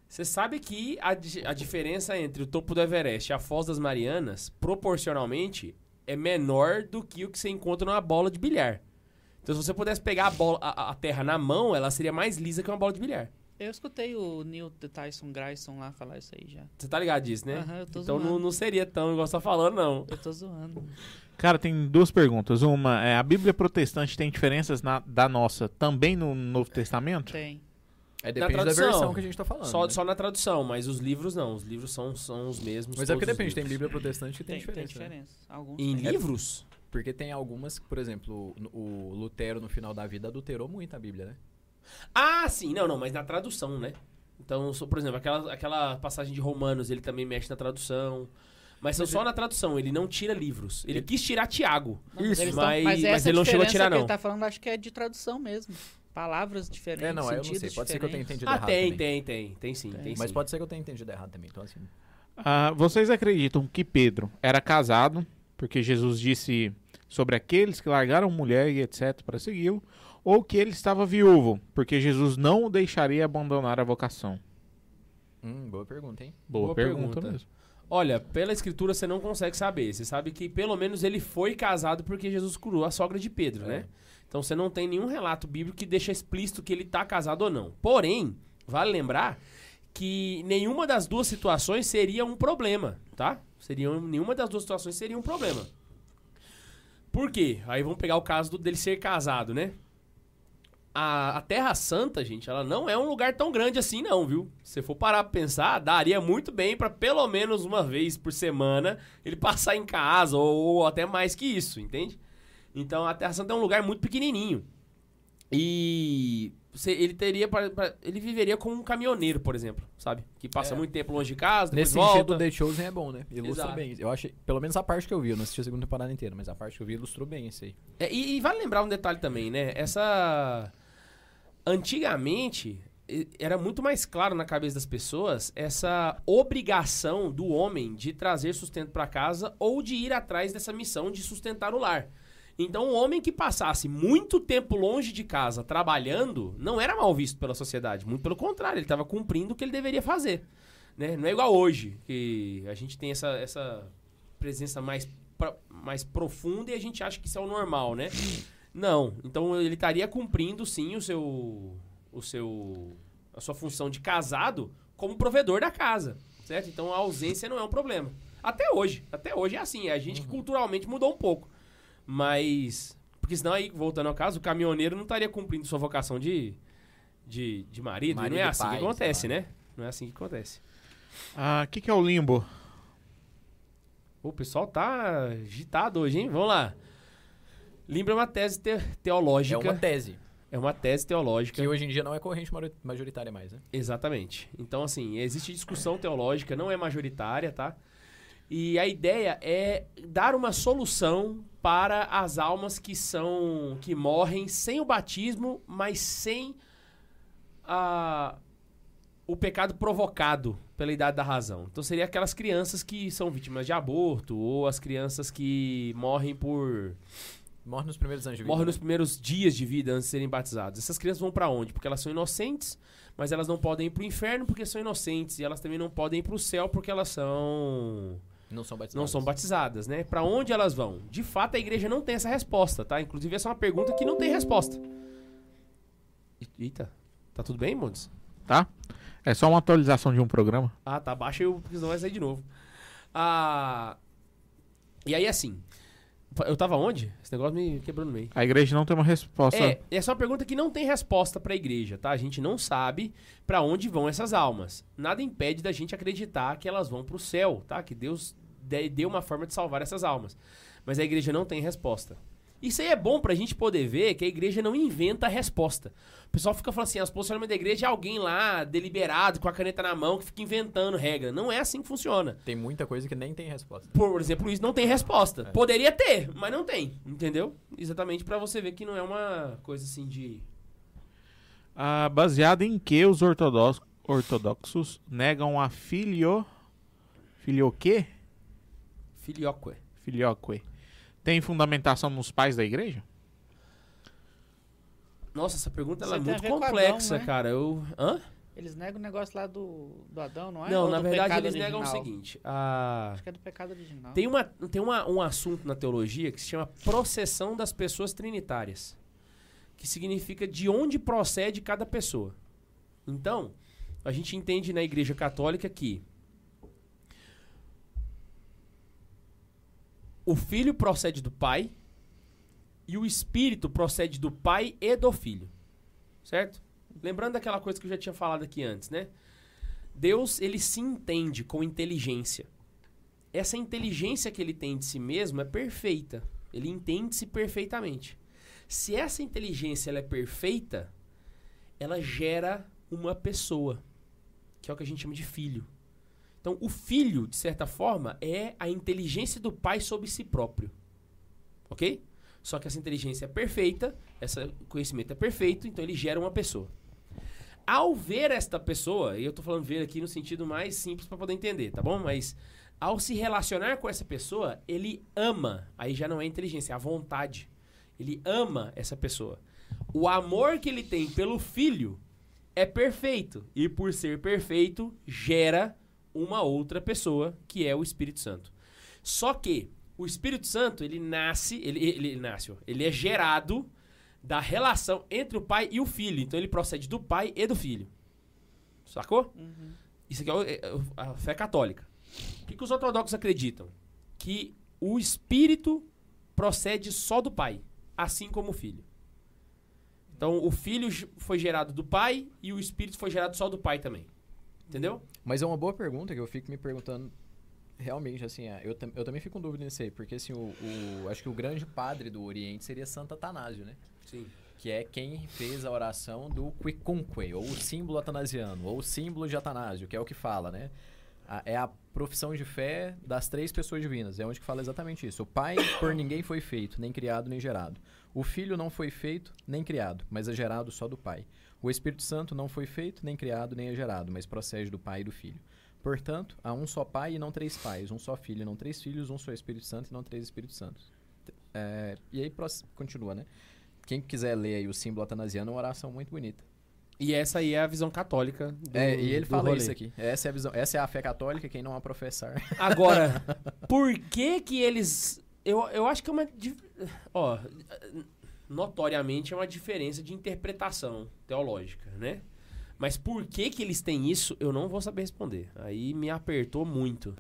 Você sabe que a, di- a diferença entre o topo do Everest e a Foz das Marianas, proporcionalmente, é menor do que o que você encontra numa bola de bilhar. Então, se você pudesse pegar a, bola, a, a- a terra na mão, ela seria mais lisa que uma bola de bilhar. Eu escutei o Neil de Tyson Grayson lá falar isso aí já. Você tá ligado disso, né? Aham, eu tô então, não, zoando. não seria tão igual você tá falando, não. Eu tô zoando. Cara, tem duas perguntas. Uma, é, a Bíblia protestante tem diferenças na- da nossa também no Novo Testamento? Tem. É, depende da tradução. versão que a gente tá falando. Só, né? só na tradução, mas os livros não. Os livros são, são os mesmos. Mas é porque todos os depende, tem livros. Bíblia protestante que tem, Tem, tem diferença. né? diferença. Alguns Em tem. livros? Porque tem algumas, por exemplo, o o Lutero no final da vida adulterou muito a Bíblia, né? Ah, sim, não, não, mas na tradução, né? Então, so- por exemplo, aquela, aquela passagem de Romanos, ele também mexe na tradução. Mas são só na tradução, ele não tira livros. Ele, quis tirar Tiago. Não, mas eles tão- mas, mas essa ele não chegou a diferença tirar, que não. Ah, ele tá falando, acho que é de tradução mesmo. Palavras diferentes, É, não, eu não sei. sentidos Pode ser que eu tenha diferentes. entendido Ah, errado. tem, também. É. tem, tem. Tem sim, tem, Mas sim. pode ser que eu tenha entendido errado também. Então, assim. Ah, vocês acreditam que Pedro era casado, porque Jesus disse sobre aqueles que largaram mulher e etc. para segui-lo, ou que ele estava viúvo, porque Jesus não o deixaria abandonar a vocação? Hum, boa pergunta, hein? Boa, Boa pergunta, pergunta. mesmo. Olha, pela escritura você não consegue saber. Você sabe que pelo menos ele foi casado porque Jesus curou a sogra de Pedro, né? Então você não tem nenhum relato bíblico que deixa explícito que ele tá casado ou não. Porém, vale lembrar que nenhuma das duas situações seria um problema, tá? Seria, nenhuma das duas situações seria um problema. Por quê? Aí vamos pegar o caso do- dele ser casado, né? A, a Terra Santa, gente, ela não é um lugar tão grande assim, não, viu? Se você for parar pra pensar, daria muito bem pra pelo menos uma vez por semana ele passar em casa, ou, ou até mais que isso, entende? Então a Terra Santa é um lugar muito pequenininho. E você- ele teria. pra- pra- ele viveria como um caminhoneiro, por exemplo, sabe? Que passa É. muito tempo longe de casa, depois Nesse volta. sentido, The Chosen é bom, né? Ilustra Exato. bem. Eu achei, pelo menos a parte que eu vi, eu não assisti a segunda temporada inteira, mas a parte que eu vi ilustrou bem isso aí. É, e, e vale lembrar um detalhe também, né? Essa. Antigamente, e- era muito mais claro na cabeça das pessoas essa obrigação do homem de trazer sustento para casa ou de ir atrás dessa missão de sustentar o lar. Então, o homem que passasse muito tempo longe de casa trabalhando não era mal visto pela sociedade. Muito pelo contrário, ele estava cumprindo o que ele deveria fazer. né? Não é igual hoje, que a gente tem essa, essa presença mais, pra- mais profunda e a gente acha que isso é o normal, né? Não. Então ele estaria cumprindo sim o seu. o seu. a sua função de casado como provedor da casa. Certo? Então a ausência não é um problema. Até hoje. Até hoje é assim. A Uhum. gente que culturalmente mudou um pouco. Mas. Porque senão aí, voltando ao caso, o caminhoneiro não estaria cumprindo sua vocação de. de, de marido. Marido Não é e assim pai, que acontece, sei lá. né? Não é assim que acontece. Ah, O que, que é o limbo? Pô, O pessoal tá agitado hoje, hein? Vamos lá. Limbo é uma tese te- teológica. É uma tese, tese teológica. que hoje em dia não é corrente mari- majoritária mais, né? Exatamente. Então, assim, existe discussão teológica, não é majoritária, tá? E a ideia é dar uma solução para as almas que são. que morrem sem o batismo, mas sem a, o pecado provocado pela idade da razão. Então seria aquelas crianças que são vítimas de aborto, ou as crianças que morrem por Morre nos primeiros anos de vida. né? morrem nos primeiros dias de vida antes de serem batizados. Essas crianças vão pra onde? Porque elas são inocentes, mas elas não podem ir pro inferno porque são inocentes. E elas também não podem ir pro céu porque elas são. Não são batizados. Não são batizadas, né? Pra onde elas vão? De fato, a igreja não tem essa resposta, tá? Inclusive, essa é uma pergunta que não tem resposta. E- Eita, tá tudo bem, Montes? tá? É só uma atualização de um programa. Ah, tá. Baixa eu, porque senão vai sair de novo. Ah. E aí, assim. Eu tava onde? Esse negócio me quebrou no meio. A igreja não tem uma resposta. É, essa é uma pergunta que não tem resposta pra igreja, tá? A gente não sabe pra onde vão essas almas. Nada impede da gente acreditar que elas vão pro céu, tá? Que Deus dê- deu uma forma de salvar essas almas. Mas a igreja não tem resposta. Isso aí é bom pra gente poder ver que a igreja não inventa a resposta. O pessoal fica falando assim, as posicionamentos da igreja é alguém lá, deliberado, com a caneta na mão, que fica inventando regra. Não é assim que funciona. Tem muita coisa que nem tem resposta. Por exemplo, isso não tem resposta. Poderia ter, mas não tem, entendeu? Exatamente pra você ver que não é uma coisa assim de Ah, baseado em que os ortodox- ortodoxos negam a filio... Filioque? Filioque. Filioque. Tem fundamentação nos pais da igreja? Nossa, essa pergunta ela é Isso tem a muito ver com Adão, complexa, né? cara. Eu. Hã? Eles negam o negócio lá do, do Adão, não é? não, Ou na do verdade pecado eles negam o original? seguinte. Ah, a- Acho que é do pecado original. Tem, uma, tem uma- um assunto na teologia que se chama processão das pessoas trinitárias. Que significa de onde procede cada pessoa. Então, a gente entende na Igreja Católica que o filho procede do pai e o espírito procede do pai e do filho. Certo? Lembrando daquela coisa que eu já tinha falado aqui antes, né? Deus, ele se entende com inteligência. Essa inteligência que ele tem de si mesmo é perfeita. Ele entende-se perfeitamente. Se essa inteligência ela é perfeita, ela gera uma pessoa, que é o que a gente chama de filho. Então, o filho, de certa forma, é a inteligência do pai sobre si próprio. Ok? Só que essa inteligência é perfeita, esse conhecimento é perfeito, então ele gera uma pessoa. Ao ver esta pessoa, e eu tô falando ver aqui no sentido mais simples para poder entender, tá bom? Mas ao se relacionar com essa pessoa, ele ama. Aí já não é inteligência, é a vontade. Ele ama essa pessoa. O amor que ele tem pelo filho é perfeito. E por ser perfeito, gera uma outra pessoa, que é o Espírito Santo. Só que o Espírito Santo, ele nasce, ele, ele, ele nasce, ó, ele é gerado da relação entre o pai e o filho. Então ele procede do pai e do filho. Sacou? Isso aqui é o- é o- a fé católica. O que, que os ortodoxos acreditam? Que o espírito procede só do pai, assim como o filho. Então o filho ge- foi gerado do pai e o espírito foi gerado só do pai também. Entendeu? Mas é uma boa pergunta que eu fico me perguntando realmente, assim, ah, eu, tam- eu também fico com dúvida nisso aí, porque assim, o, o- acho que o grande padre do Oriente seria Santo Atanásio, né? Sim. Que é quem fez a oração do quicunque, ou o símbolo atanasiano, ou o símbolo de Atanásio, que é o que fala, né? A- é a profissão de fé das três pessoas divinas, é onde que fala exatamente isso. O Pai por ninguém foi feito, nem criado, nem gerado. O Filho não foi feito, nem criado, mas é gerado só do Pai. O Espírito Santo não foi feito, nem criado, nem é gerado, mas procede do Pai e do Filho. Portanto, há um só Pai e não três pais, um só Filho e não três filhos, um só Espírito Santo e não três Espíritos Santos. É, e aí pross- continua, né? Quem quiser ler aí o símbolo atanasiano, é uma oração muito bonita. E essa aí é a visão católica do é, e ele do fala rolê. isso aqui. Essa é a visão, essa é a fé católica, quem não a professar. Agora, por que que eles... Eu, eu acho que é uma... dif- Ó, notoriamente é uma diferença de interpretação teológica, né? Mas por que que eles têm isso, eu não vou saber responder. Aí me apertou muito.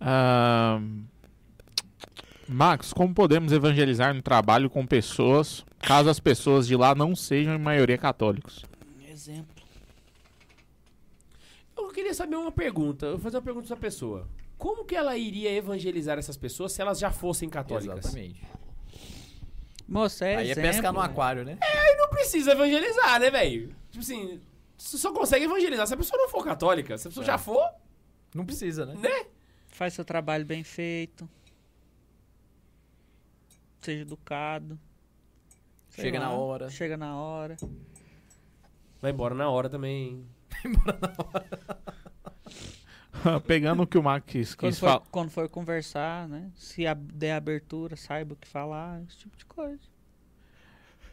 Ah, Max, como podemos evangelizar no trabalho com pessoas, caso as pessoas de lá não sejam em maioria católicos? Exemplo. Eu queria saber uma pergunta. Eu vou fazer uma pergunta pra essa pessoa. Como que ela iria evangelizar essas pessoas se elas já fossem católicas? Exatamente. Moça, é Aí é exemplo. pescar no aquário, né? Não precisa evangelizar, né, velho? Tipo assim, você só consegue evangelizar se a pessoa não for católica. Se a pessoa já for, Não precisa, né? né? Faz seu trabalho bem feito. Seja educado. Sei Chega lá, na hora. Chega na hora. Vai embora na hora também. Pegando o que o Max quis, Quando quis for, falar. quando for conversar, né? Se a- der abertura, saiba o que falar, esse tipo de coisa.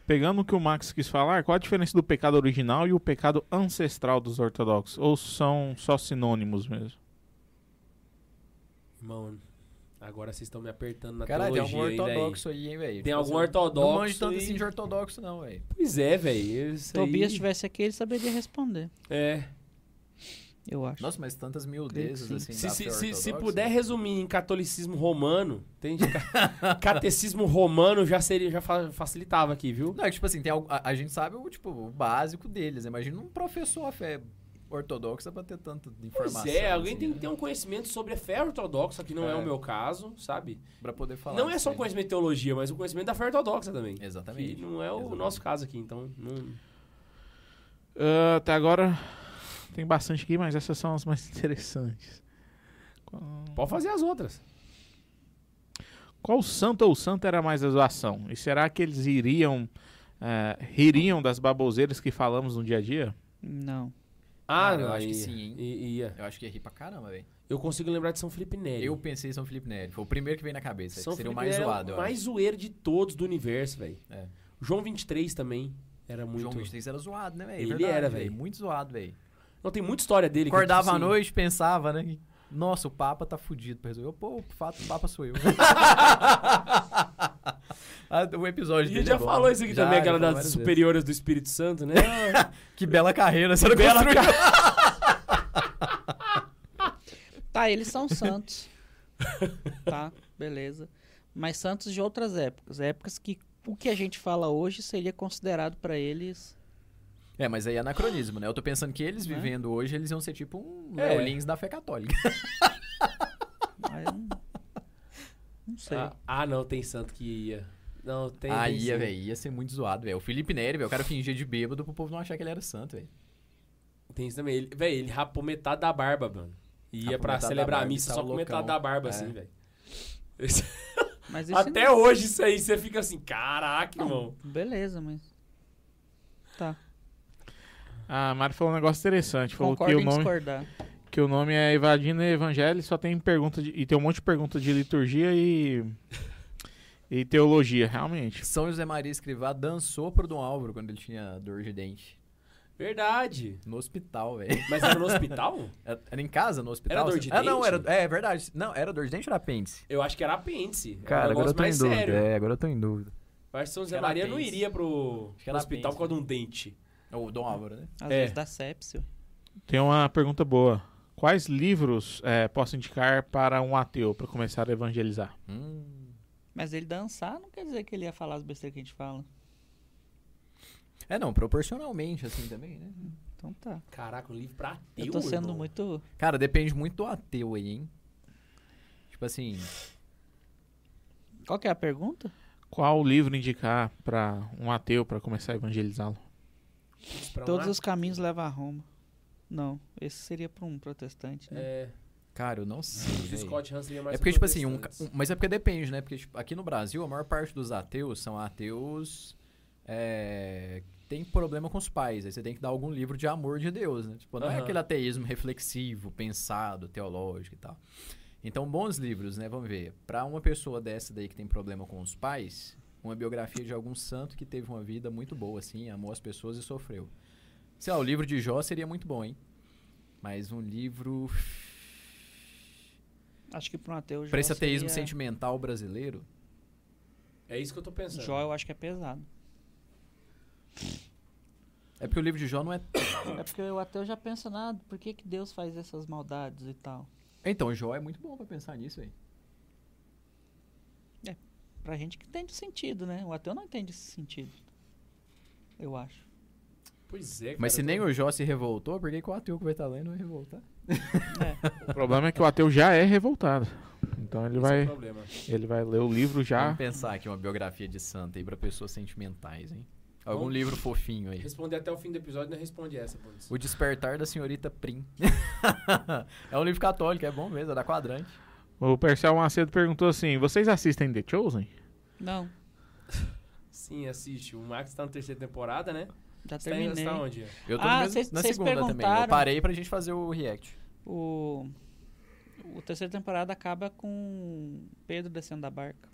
Pegando o que o Max quis falar, qual a diferença do pecado original e o pecado ancestral dos ortodoxos? Ou são só sinônimos mesmo? Irmão, agora vocês estão me apertando na Caralho, tem algum teologia aí, velho. ortodoxo aí, hein, velho? Tem algum Não ortodoxo manjo tanto e- assim de ortodoxo, não, velho. Pois é, velho. isso Se Tobias aí- estivesse aqui, ele saberia responder, É. eu acho. Nossa, mas tantas miudezas Sim. assim. Se, da se, fé se, se ortodoxa. puder resumir em catolicismo romano, entende? Ca- Catecismo romano já seria já fa- facilitava aqui, viu? Não, é que, tipo assim, tem algo- a, a gente sabe o, tipo, o básico deles. né? Imagina um professor a fé ortodoxa pra ter tanto de informação. Pois é, alguém assim, tem né? que ter um conhecimento sobre a fé ortodoxa, que não é, É. o meu caso, sabe? Pra poder falar. não é disso só aí, né? conhecimento de teologia, mas o conhecimento da fé ortodoxa também. Que Exatamente. não é o Exatamente. nosso caso aqui, então. Não... Ah, até agora tem bastante aqui, mas essas são as mais interessantes. Qual- Pode fazer as outras. Qual santo ou santa era mais a zoação? E será que eles iriam eh, ririam das baboseiras que falamos no dia a dia? Não. Ah, Cara, eu não, acho que ia- sim, hein? i- Ia. Eu acho que ia rir pra caramba, velho. Eu consigo lembrar de São Felipe Neri. Eu pensei em São Felipe Neri. Foi o primeiro que veio na cabeça. É. São que seria o Felipe mais Neri era zoado, o eu mais zoeiro de todos do universo, velho. É. João 23 também era acho. muito. João 23 era zoado, né, velho? Ele Verdade, era, velho. Muito zoado, velho. Não, tem muita história dele. que, Acordava tipo, à assim, noite, pensava, né? Nossa, o Papa tá fudido pra resolver. Eu, Pô, o fato, o Papa sou eu. Ah, o episódio E dele já é bom. falou isso aqui Já, também, já aquela falou das várias vezes. superiores do Espírito Santo, né? Que bela carreira, você Bela construiu. Tá, eles são santos. tá, beleza. Mas santos de outras épocas. Épocas que o que a gente fala hoje seria considerado pra eles. É, mas aí é anacronismo, né? Eu tô pensando que eles Né? vivendo hoje, eles iam ser tipo um É. Léo Lins da fé católica. Ah, eu não, não sei. ah, ah, não, tem santo que ia. Não, tem. aí tem ia, sim. velho, ia ser muito zoado, velho. O Felipe Neri, velho, o cara fingia de bêbado pro povo não achar que ele era santo, velho. Tem isso também. Ele, velho, ele rapou metade da barba, mano. E ia Rapou pra metade da celebrar a barba e missa tava só com metade loucão. da barba, É. assim, velho. Mas isso Até hoje isso aí, você fica assim, caraca, irmão. não- Beleza, mas. Tá. A Mari falou um negócio interessante. Falou Concordo que o, em nome, discordar. que o nome é Evadindo Evangelho só tem pergunta de- e tem um monte de pergunta de liturgia e, e teologia, realmente. São José Maria Escrivá dançou pro Dom Álvaro quando ele tinha dor de dente. Verdade. No hospital, velho. Mas era no hospital? Era era em casa, no hospital? Era dor assim? de ah, não, dente? era. É, é verdade. Não, era dor de dente ou era apêndice? Eu acho que era apêndice. Era Cara, um agora eu negócio tô em mais dúvida. sério. É, agora eu tô em dúvida. Eu acho que São José Acho que era Maria não apêndice. iria pro que era hospital apêndice, por causa de um dente. Ou o Dom Álvaro, né? Às É. vezes dá sepsia. Tem uma pergunta boa. Quais livros eh, posso indicar para um ateu para começar a evangelizar? Hum. Mas ele dançar não quer dizer que ele ia falar as besteiras que a gente fala. É, não, proporcionalmente, assim também, né? Então tá. Caraca, um livro pra ateu, eu tô sendo irmão. muito. Cara, depende muito do ateu aí, hein? Tipo assim, Qual que é a pergunta? Qual livro indicar para um ateu para começar a evangelizá-lo? Pra um Todos ateu. os caminhos levam a Roma. Não, esse seria pra um protestante, né? É, cara, eu não sei. o véi. Scott Hansen é mais É porque, tipo assim, um, protestantes. um- mas é porque depende, né? Porque tipo, aqui no Brasil, a maior parte dos ateus são ateus é, que tem problema com os pais. Aí você tem que dar algum livro de amor de Deus, né? Tipo, não é Aham. aquele ateísmo reflexivo, pensado, teológico e tal. Então, bons livros, né? Vamos ver. Pra uma pessoa dessa daí que tem problema com os pais, uma biografia de algum santo que teve uma vida muito boa, assim, amou as pessoas e sofreu. Sei lá, o livro de Jó seria muito bom, hein? Mas um livro Acho que pra um ateu. Jó Pra esse ateísmo seria... sentimental brasileiro? É isso que eu tô pensando. Jó eu acho que é pesado. É porque o livro de Jó não é. É porque o ateu já pensa, nada, por que, que Deus faz essas maldades e tal? Então, Jó é muito bom pra pensar nisso aí. Pra gente que entende o sentido, né? O ateu não entende esse sentido. Eu acho. Pois é, cara. Mas se eu tô- nem o Jó se revoltou, por que que o ateu que vai tá estar lendo vai revoltar? O problema é que o ateu já é revoltado. Então Esse ele é o vai, problema. ele vai ler o livro já. Vamos pensar aqui uma biografia de santa aí pra pessoas sentimentais, hein? Algum Vamos. livro fofinho aí. Responder até o fim do episódio não responde essa, Bundes. O Despertar da Senhorita Prim. é um livro católico, é bom mesmo, é da quadrante. O Percel Macedo perguntou assim: Vocês assistem The Chosen? Não, Sim, assiste. O Max tá na terceira temporada, né? já Você tá ainda- terminei. Você tá onde? Eu tô Ah, no mesmo- vocês- na vocês segunda também. Eu perguntaram. parei pra gente fazer o react. O... o terceira temporada acaba com Pedro descendo da barca.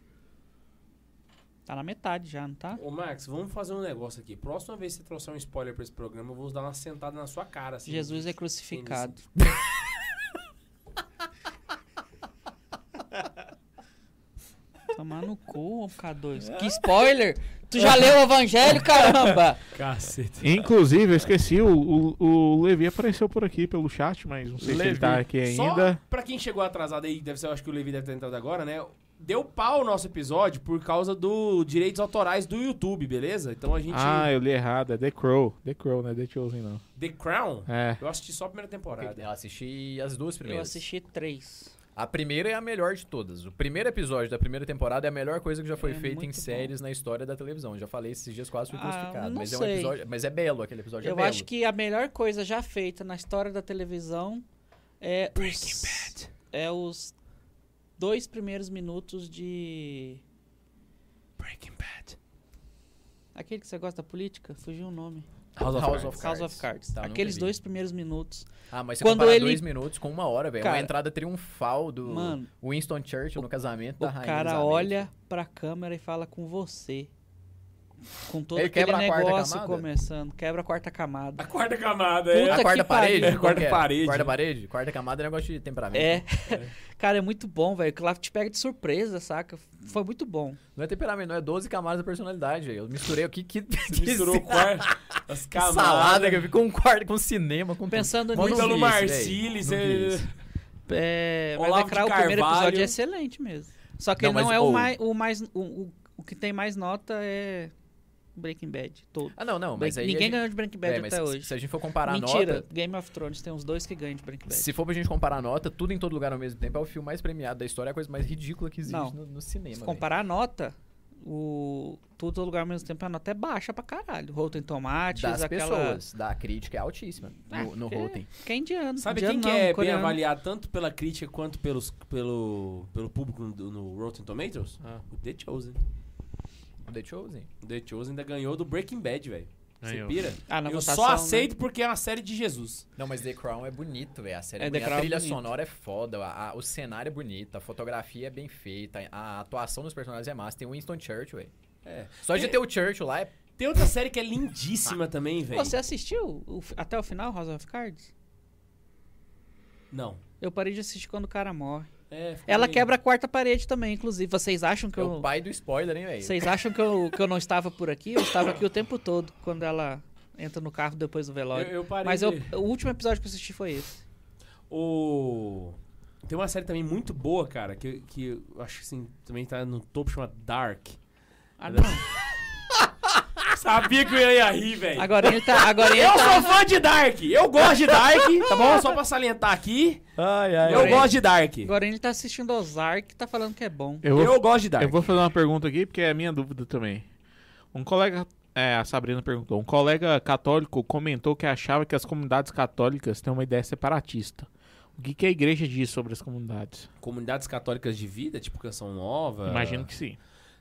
Tá na metade já, não tá? Ô, Max, vamos fazer um negócio aqui. Próxima vez que você trouxer um spoiler pra esse programa, eu vou dar uma sentada na sua cara. Assim, Jesus é crucificado. Tomar no cu, ô K2. Que spoiler! Tu já leu o evangelho, caramba! Cacete. Inclusive, eu esqueci, o, o, o Levi apareceu por aqui pelo chat, mas não sei se ele Levi. tá aqui Só ainda. pra quem chegou atrasado aí, deve ser, eu acho que o Levi deve ter entrado agora, né? Deu pau o nosso episódio por causa dos direitos autorais do YouTube, beleza? Então a gente. Ah, eu li errado, é The Crow. The Crow, não é The Chosen, não. The Crown? É. Eu assisti só a primeira temporada. Eu assisti as duas Eu primeiras. assisti três. A primeira é a melhor de todas. O primeiro episódio da primeira temporada é a melhor coisa que já foi É feita em muito bom. séries na história da televisão. Já falei esses dias quase fui Ah, crucificado. não mas é um sei. episódio. Mas é belo aquele episódio. é Eu belo. acho que a melhor coisa já feita na história da televisão é os, é os dois primeiros minutos de. Breaking Bad. Aquele que você gosta da política? Fugiu o nome. House of Cards. House of Cards. Tá, nunca Aqueles vi. dois primeiros minutos. Ah, mas você Quando comparar ele- dois minutos com uma hora, velho. É Uma Cara- entrada triunfal do Mano, Winston Churchill no casamento da o rainha. né? cara Elizabeth. olha pra câmera e fala com você. Com todo Ele aquele quebra a quarta negócio camada? começando. Quebra a quarta camada. A quarta camada, Puta é. A que quarta pariu. parede? É, Como quarta que é? parede. Quarta parede? Quarta camada é negócio de temperamento. É. Cara, é muito bom, velho. Que lá te pega de surpresa, saca? Foi muito bom. Não é temperamento, não é 12 camadas da personalidade. velho. Eu misturei aqui que. Você misturou o quarto, as Que camadas. salada que eu vi com um quarto, com cinema, com Pensando Manda nisso- um Pelo vídeo, velho. Marcílio, Não você... vi isso. É, mas Olavo é claro, de o primeiro Carvalho. episódio é excelente mesmo. Só que Não, ele não mas, é o ou- mais. O, mais o, o, o que tem mais nota é Breaking Bad. Todo. Ah, não, não, mas aí. a Ninguém gente- ganhou de Breaking Bad É, mas até se- hoje. Se a gente for comparar Mentira, a nota. Game of Thrones tem uns dois que ganham de Breaking Bad. Se for pra gente comparar a nota, tudo em todo lugar ao mesmo tempo é o filme mais premiado da história, é a coisa mais ridícula que existe Não. No, no cinema. Se velho. comparar a nota, o tudo todo lugar ao mesmo tempo a nota é baixa pra caralho. Rotten Tomatoes, das aquela pessoas, da crítica é altíssima Ah, no, no porque- Rotten. Que é indiano. Sabe indiano quem que não, é bem coreano. avaliado tanto pela crítica quanto pelos, pelo, pelo público no, no Rotten Tomatoes? Ah. O The Chosen. O The Chosen. O The Chosen ainda ganhou do Breaking Bad, velho. Você Ganhou. pira? Ah, na eu votação, só né? aceito porque é uma série de Jesus. Não, mas The Crown é bonito, velho. A série É, é The bonita. Crown A é trilha bonito. sonora é foda, a- a- o cenário é bonito, a fotografia é bem feita, a atuação dos personagens é massa. Tem o Winston Churchill, velho. É. Só de Tem- ter o Churchill lá é. Tem outra série que é lindíssima também, velho. Você assistiu o- até o final, House of Cards? Não. Eu parei de assistir quando o cara morre. É, ficou Ela meio- quebra a quarta parede também, inclusive. Vocês acham que É o eu. pai do spoiler, hein, velho? Vocês acham que eu, que eu não estava por aqui? Eu estava aqui o tempo todo quando ela entra no carro depois do Eu, velório. eu parei. Mas eu- de- o último episódio que eu assisti foi esse. O... Tem uma série também muito boa, cara, que, que eu acho que assim, também tá no topo, chama Dark. Ah, não. Ah, Sabia que eu ia rir, velho. Agora ele tá. Agora ele Eu tá... sou fã de Dark! Eu gosto de Dark, tá bom? Só pra salientar aqui, Ai, ai, eu Agora- gosto de Dark. Agora ele tá assistindo Ozark e tá falando que é bom. Eu vou, Eu gosto de Dark. eu vou fazer uma pergunta aqui, porque é a minha dúvida também. Um colega. É, a Sabrina perguntou. Um colega católico comentou que achava que as comunidades católicas têm uma ideia separatista. O que, que a igreja diz sobre as comunidades? Comunidades católicas de vida, tipo Canção Nova. Imagino que sim.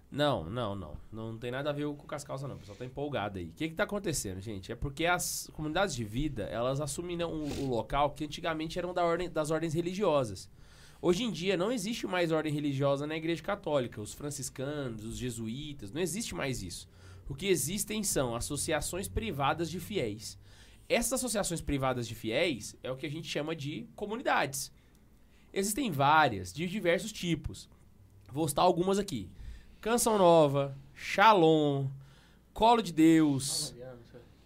Não, não, não. Não tem nada a ver com Cascalça, não. O pessoal tá empolgado aí. O que que tá acontecendo, gente? É porque as comunidades de vida, elas assumiram o, o local que antigamente eram da ordem, das ordens religiosas. Hoje em dia não existe mais ordem religiosa na Igreja Católica. Os franciscanos, os jesuítas, não existe mais isso. O que existem são associações privadas de fiéis. Essas associações privadas de fiéis é o que a gente chama de comunidades. Existem várias, de diversos tipos. Vou citar algumas aqui. Canção Nova, Shalom, Colo de Deus,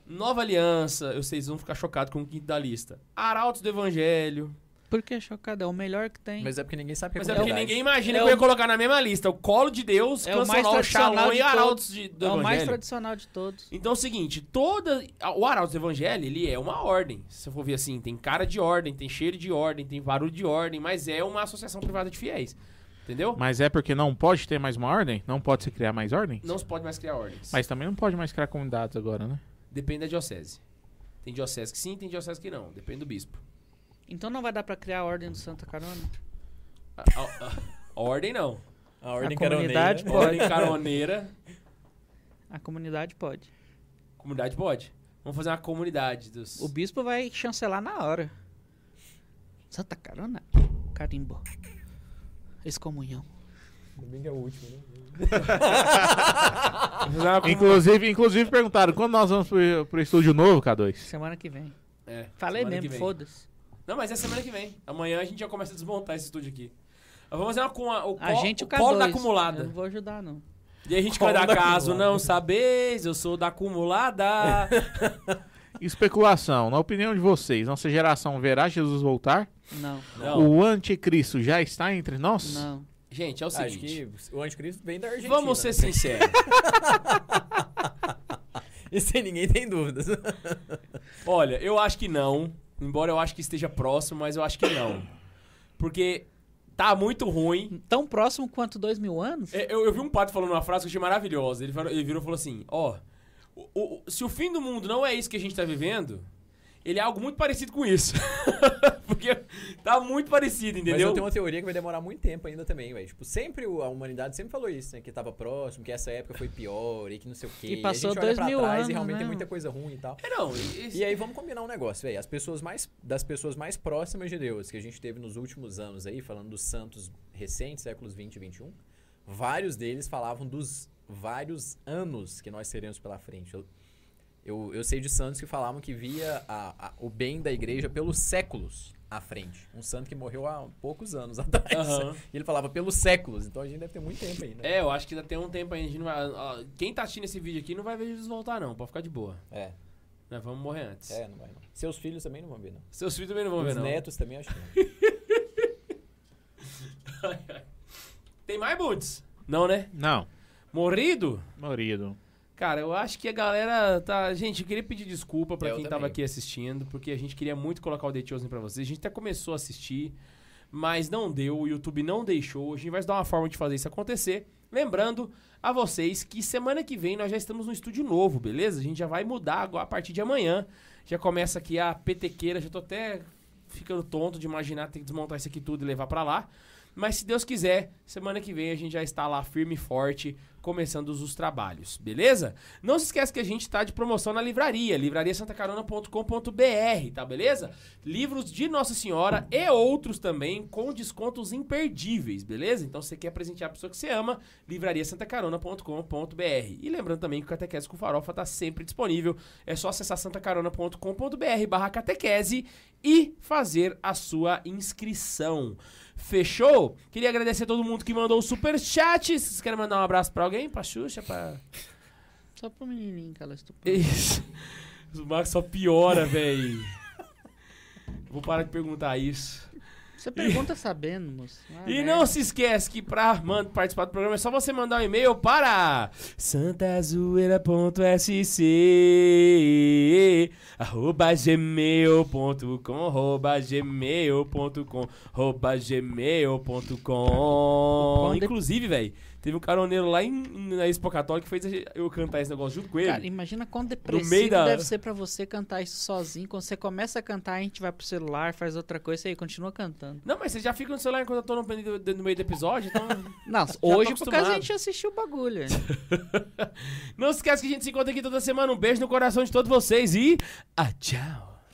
Nova Aliança. Eu sei, vocês vão ficar chocados com o quinto da lista. Arautos do Evangelho. Por que chocado? É o melhor que tem. Mas é porque ninguém sabe o que Mas é porque comunidade. ninguém imagina É que o- eu ia colocar na mesma lista. O Colo de Deus, É o Canção mais Nova, tradicional Shalom de e Arautos de, do é o mais Evangelho. tradicional de todos. Então é o seguinte, toda o Arauto do Evangelho, ele é uma ordem. Se eu for ver assim, tem cara de ordem, tem cheiro de ordem, tem barulho de ordem, mas é uma associação privada de fiéis. Entendeu? Mas é porque não pode ter mais uma ordem? Não pode se criar mais ordem? Não se pode mais criar ordens. Mas também não pode mais criar comunidades agora, né? Depende da diocese. Tem diocese que sim, tem diocese que não. Depende do bispo. Então não vai dar pra criar a ordem do Santa Carona? A, a- a- a ordem não. A ordem A comunidade caroneira. pode. Ordem caroneira, É. A comunidade pode. comunidade pode. Vamos fazer uma comunidade dos... O bispo vai chancelar na hora. Santa Carona? Carimbo. Excomunhão. Domingo é o último, né? Ah, Inclusive, inclusive perguntaram quando nós vamos pro, pro estúdio novo, K2. Semana que vem. É, Falei semana que mesmo, vem. foda-se. Não, mas é semana que vem. Amanhã a gente já começa a desmontar esse estúdio aqui. Nós vamos fazer uma com a, o, A co- gente o o colo K2. da Eu acumulada. não vou ajudar, não. E a gente Colo vai dar da caso, acumulada. não sabeis, eu sou da acumulada. Especulação, na opinião de vocês, nossa geração verá Jesus voltar? Não, não, O anticristo já está entre nós? não. gente, é o Acho seguinte. que o anticristo vem da Argentina. né? Vamos ser sinceros. Isso aí ninguém tem dúvidas. Olha, eu acho que não. Embora eu acho que esteja próximo, mas eu acho que não. Porque tá muito ruim. Tão próximo quanto dois mil anos? É, Eu, eu vi um padre falando uma frase que eu achei maravilhosa. Ele, falou- ele virou e falou assim: Ó, o- o- o- se o fim do mundo não é isso que a gente tá vivendo, ele é algo muito parecido com isso. Porque tá muito parecido, Mas entendeu? eu tenho uma teoria que vai demorar muito tempo ainda também, velho. Tipo, sempre o- a humanidade sempre falou isso, né? Que tava próximo, que essa época foi pior e que não sei o quê. E passou a gente olha dois pra mil trás anos, e realmente né, tem mano? muita coisa ruim e tal. É, não. e- e- E aí vamos combinar um negócio, velho. As pessoas mais das pessoas mais próximas de Deus que a gente teve nos últimos anos aí, falando dos santos recentes, séculos 20 e 21, vários deles falavam dos vários anos que nós teremos pela frente. Eu, eu, eu sei de santos que falavam que via a- a- o bem da igreja pelos séculos à frente. Um santo que morreu há poucos anos atrás. Aham. E ele falava pelos séculos, então a gente deve ter muito tempo ainda. É, eu acho que ainda tem um tempo aí. A gente não vai, ó, quem tá assistindo esse vídeo aqui não vai ver Jesus voltar, não. Pode ficar de boa. É, Né? Vamos morrer antes. é, não vai não. Seus filhos também não vão ver, não. Seus filhos também não vão Os ver, não. netos também acho que não. Tem mais Bundes? Não, né? Não, Morrido? Morido. Cara, eu acho que a galera tá. Gente, eu queria pedir desculpa pra Eu quem também. tava aqui assistindo, porque a gente queria muito colocar o The Chosen pra vocês. A gente até começou a assistir, mas não deu, o YouTube não deixou. A gente vai dar uma forma de fazer isso acontecer. Lembrando a vocês que semana que vem nós já estamos no estúdio novo, beleza? A gente já vai mudar agora a partir de amanhã. Já começa aqui a petequeira, já tô até ficando tonto de imaginar ter que desmontar isso aqui tudo e levar pra lá. Mas se Deus quiser, semana que vem a gente já está lá firme e forte, começando os, os trabalhos, beleza? Não se esquece que a gente está de promoção na livraria, livrariasantacarona.com.br, tá beleza? Livros de Nossa Senhora e outros também com descontos imperdíveis, beleza? Então se você quer presentear a pessoa que você ama, livrariasantacarona.com.br. E lembrando também que o Catequese com Farofa está sempre disponível, é só acessar santacarona.com.br barra catequese e fazer a sua inscrição. Fechou? Queria agradecer a todo mundo que mandou o superchat. Se Vocês querem mandar um abraço pra alguém? Pra Xuxa? Pra... Só pro menininho que ela estuprou. Isso. O Marcos só piora, véi. Vou parar de perguntar isso. Você pergunta sabendo, moço. Ah, E merda. não se esquece que pra man- participar do programa é só você mandar um e-mail para santazoeira.sc arroba gmail.com arroba gmail.com arroba gmail.com Quando- Inclusive, velho, teve um caroneiro lá em, na Expo Católica que fez eu cantar esse negócio junto com ele. Cara, imagina quão depressivo meio da- deve ser pra você cantar isso sozinho. Quando você começa a cantar, a gente vai pro celular, faz outra coisa e aí continua cantando. Não, mas vocês já ficam no celular enquanto eu tô no, no meio do episódio, então... Não, tô hoje por acostumado. causa a gente assistiu o bagulho. né? Não se esquece que a gente se encontra aqui toda semana. Um beijo no coração de todos vocês e. Ah, tchau!